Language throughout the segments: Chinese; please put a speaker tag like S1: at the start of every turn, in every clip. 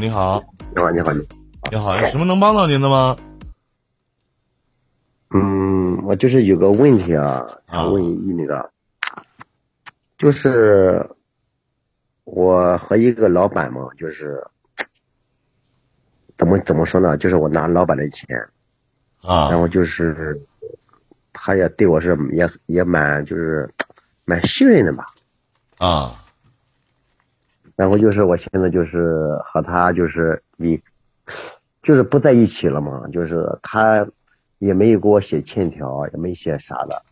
S1: 你好，
S2: 你好，你好，你
S1: 你好，有什么能帮到您的吗？
S2: 嗯，我就是有个问题啊，
S1: 啊
S2: 想问你那个，就是我和一个老板嘛，就是怎么怎么说呢？就是我拿老板的钱，
S1: 啊
S2: 然后就是他也对我是也也蛮就是蛮信任的吧。
S1: 啊
S2: 然后就是我现在就是和他就是你，就是不在一起了嘛，就是他也没有给我写欠条，也没写啥的，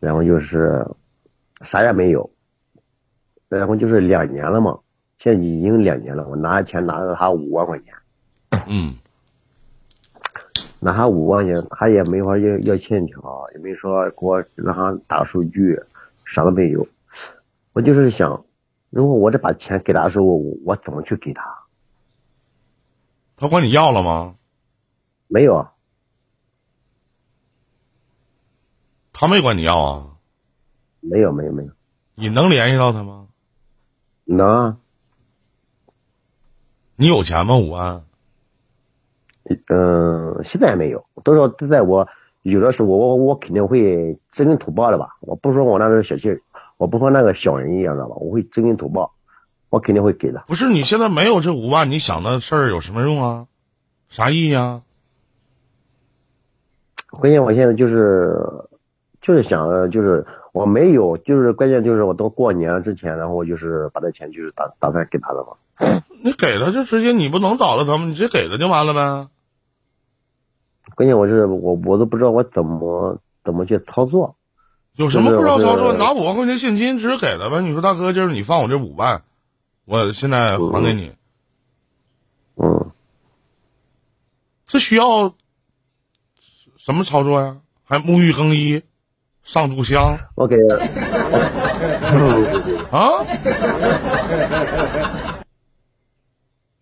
S2: 然后就是啥也没有，然后就是两年了嘛，现在已经两年了，我拿钱拿了他五万块钱，
S1: 嗯
S2: 拿他五万块钱，他也没法要要欠条，也没说给我让他打数据，啥都没有，我就是想，如果我这把钱给他的时候，我我怎么去给他？
S1: 他管你要了吗？
S2: 没有啊。
S1: 他没管你要啊，
S2: 没有没有没有，
S1: 你能联系到他吗？
S2: 能啊，
S1: 你有钱吗？五万？
S2: 嗯、现在还没有，都说都在我有的时候我我我肯定会知根图报的吧，我不说我那个小气，我不和那个小人一样的吧，我会知根图报，我肯定会给的。
S1: 不是，你现在没有这五万，你想的事儿有什么用啊？啥意义啊？
S2: 关键我现在就是就是想呃就是我没有，就是关键就是我都过年之前，然后我就是把这钱就是打打算给他了嘛，
S1: 你给他就直接，你不能找到他吗？你直接给他就完了呗。
S2: 关键我是我我都不知道我怎么怎么去操作，
S1: 有什么不知道操作？
S2: 就是
S1: 拿五万块钱现金直接给他呗。你说大哥，就是你放我这五万，我现在还给你，
S2: 嗯，
S1: 这需要什么操作呀？还沐浴更衣，上炷香
S2: 我给。
S1: 啊？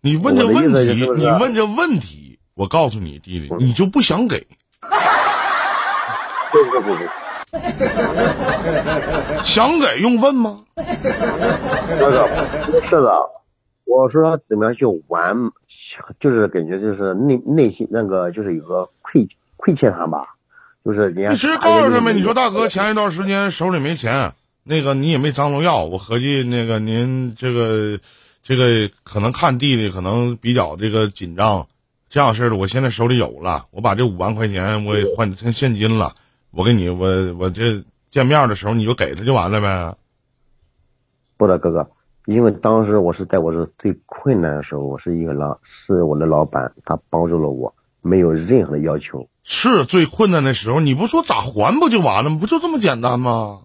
S1: 你问这问
S2: 我的意思
S1: 题你
S2: 是，不是
S1: 问这问题，我告诉你弟弟，你就不想给，
S2: 不不不不，
S1: 想给用问吗？
S2: 那个是的，我说怎么样去玩，就是感觉就是内内心那个就是有个愧愧欠他吧，就是人家哎
S1: 你直接告诉他们，你说大哥，前一段时间手里没钱，那个你也没张罗要，我合计那个您这个这个可能看弟弟可能比较这个紧张，这样式儿的，我现在手里有了，我把这五万块钱我也换成现金了，我给你我我这见面的时候你就给他就完了呗。
S2: 不的哥哥，因为当时我是在我是最困难的时候，我是一个老是我的老板，他帮助了我，没有任何的要求，
S1: 是最困难的时候，你不说咋还不就完了吗？不就这么简单吗？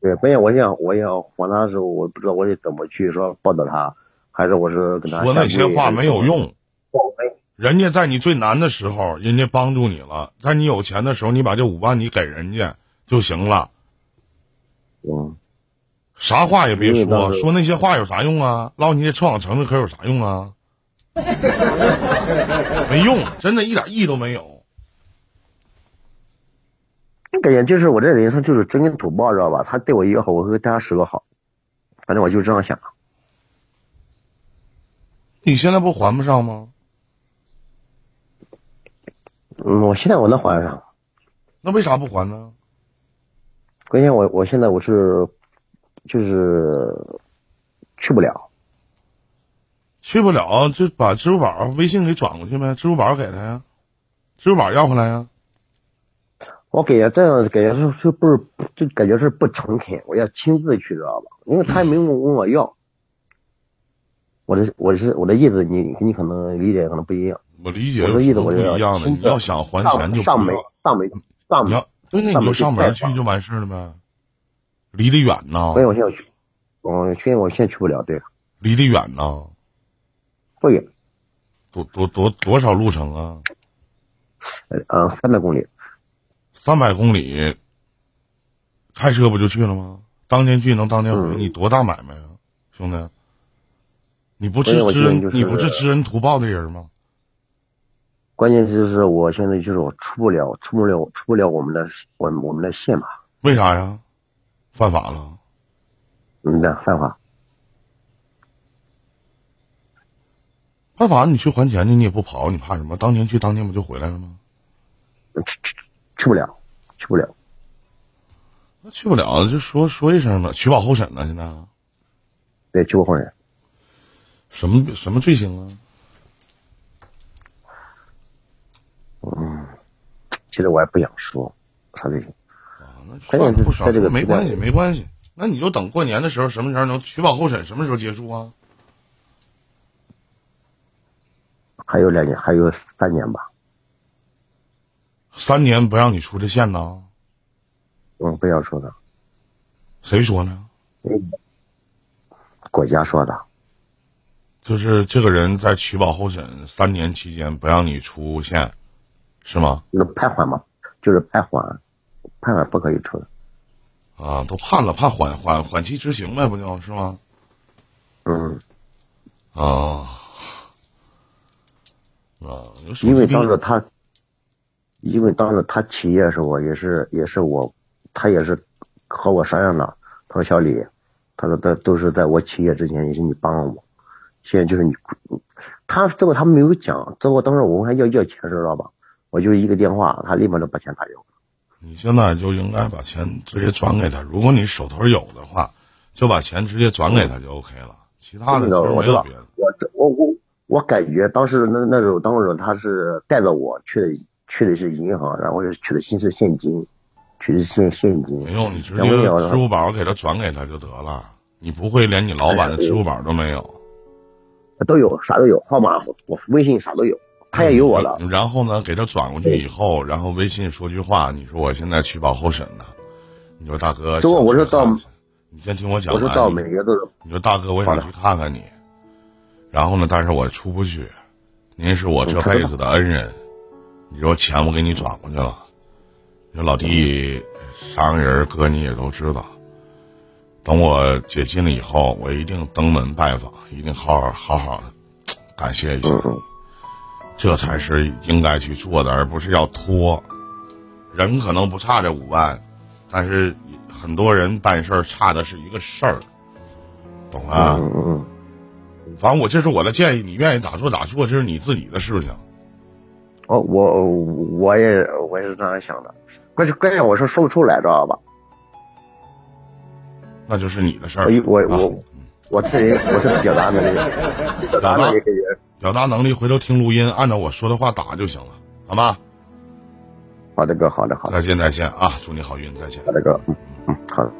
S2: 对，关键我想我想还他的时候，我不知道我得怎么去说报答他，还是我是跟他
S1: 说那些话没有用。
S2: 报恩，
S1: 人家在你最难的时候，人家帮助你了；在你有钱的时候，你把这五万你给人家就行了，
S2: 嗯，
S1: 啥话也别
S2: 因为当
S1: 说，
S2: 时
S1: 说那些话有啥用啊？唠你这臭氧层子壳有啥用啊？没用，真的一点意义都没有。
S2: 感觉就是我这人，他就是知根图报，知道吧？他对我一个好，我会对他十个好，反正我就这样想。
S1: 你现在不还不上吗？
S2: 嗯，我现在我能还上，
S1: 那为啥不还呢？
S2: 关键我我现在我是就是去不了，
S1: 去不了就把支付宝、微信给转过去呗，支付宝给他呀，支付宝要回来呀。
S2: 我感觉这样感觉是是不是就感觉是不诚恳，我要亲自去，知道吧？因为他也没问问我要，我的我是我的意思你，你可能理解可能不一样，
S1: 我理解
S2: 我
S1: 有
S2: 的
S1: 什
S2: 意思
S1: 么
S2: 我
S1: 不
S2: 就
S1: 一样的，你要想还钱
S2: 上
S1: 就
S2: 上
S1: 不
S2: 门
S1: 要
S2: 上门上
S1: 你
S2: 门，
S1: 要哦对，那
S2: 上
S1: 你就
S2: 门去
S1: 上门
S2: 拜
S1: 去
S2: 访
S1: 就完事儿了呗，离得远呐
S2: 关，键我现在去，嗯，现在我现在去不了，对，
S1: 离得远呐，
S2: 不远，
S1: 多多多多少路程啊？
S2: 嗯，三百公里。
S1: 三百公里，开车不就去了吗？当天去能当天回，
S2: 嗯
S1: 你多大买卖啊，兄弟？你不是
S2: 关键我
S1: 知
S2: 现在
S1: 恩，
S2: 就是
S1: 你不是知恩图报的人吗？
S2: 关键就是我现在就是我出不了，出不了，出不了我们的我们我们的线嘛，
S1: 为啥呀？犯法了？
S2: 嗯的犯法。
S1: 办法，你去还钱去，你也不跑，你怕什么？当天去，当天不就回来了吗？
S2: 去去去不了，去不了。
S1: 那去不了就说说一声呗，取保候审呢，现在
S2: 对，去过后人，
S1: 什么什么罪行啊？
S2: 嗯其实我也不想说啥罪行。
S1: 啊，那
S2: 关键
S1: 算了，
S2: 是
S1: 不说
S2: 在这个
S1: 没
S2: 时
S1: 关
S2: 代
S1: 系，没关系。那你就等过年的时候，什么时候能取保候审？什么时候结束啊？
S2: 还有两年，还有三年吧。
S1: 三年不让你出这县呢？
S2: 嗯，不想说的，嗯
S1: 谁说呢？
S2: 国家说的。
S1: 就是这个人在取保候审三年期间不让你出县，是吗？
S2: 那拍缓嘛，就是拍缓，拍缓不可以出的。
S1: 啊，都判了，判缓缓缓期执行呗，不就是吗？
S2: 嗯，
S1: 啊啊，有手
S2: 因为
S1: 机
S2: 当时他，因为当时他起夜的时候也是也是我，他也是和我商量的。他说小李，他说他都是在我起夜之前也是你帮了我，现在就是你，他这个他没有讲，这个当时我问他要要钱知道吧？我就一个电话，他立马就把钱打给我。
S1: 你现在就应该把钱直接转给他。如果你手头有的话，就把钱直接转给他就 OK 了。其他的其
S2: 那个
S1: 实
S2: 我
S1: 没
S2: 知
S1: 有
S2: 道
S1: 别的，
S2: 我我我我感觉当时那那时候当时他是带着我去的去的是银行，然后是取的新是现金，取的现现金
S1: 没。用，你直接
S2: 两个小时
S1: 支付宝给他转给他就得了。你不会连你老板的支付宝都没有，
S2: 都有，啥都有，号码我我微信啥都有，哎他也有我的。
S1: 嗯然后呢，给他转过去以后，然后微信说句话，你说我现在取保候审呢，你说大哥，
S2: 对
S1: 想
S2: 我
S1: 去
S2: 是到
S1: 看去你先听我讲
S2: 我
S1: 完。
S2: 是到
S1: 你
S2: 每个都是
S1: 你说大哥，我想去看看你，然后呢，但是我出不去，您是我这辈子的恩人，你说钱我给你转过去了，你说老弟，啥个人哥你也都知道，等我解禁了以后，我一定登门拜访，一定好好好好的感谢一下
S2: 嗯，嗯
S1: 这才是应该去做的，而不是要拖。人可能不差这五万，但是很多人办事儿差的是一个事儿，懂吗、
S2: 嗯嗯嗯，
S1: 反正我这是我的建议，你愿意咋做咋做，这是你自己的事情。
S2: 哦我我也我也是这样想的，关键关键我是说不出来知道吧？
S1: 那就是你的事儿。
S2: 我哎我
S1: 啊
S2: 我我这人我是表达能力，表达能力这个人。
S1: 表达能力，回头听录音，按照我说的话打就行了，好吗？
S2: 好的哥，好的好的
S1: 再见再见啊，祝你好运，再见
S2: 好。的哥，嗯嗯好的。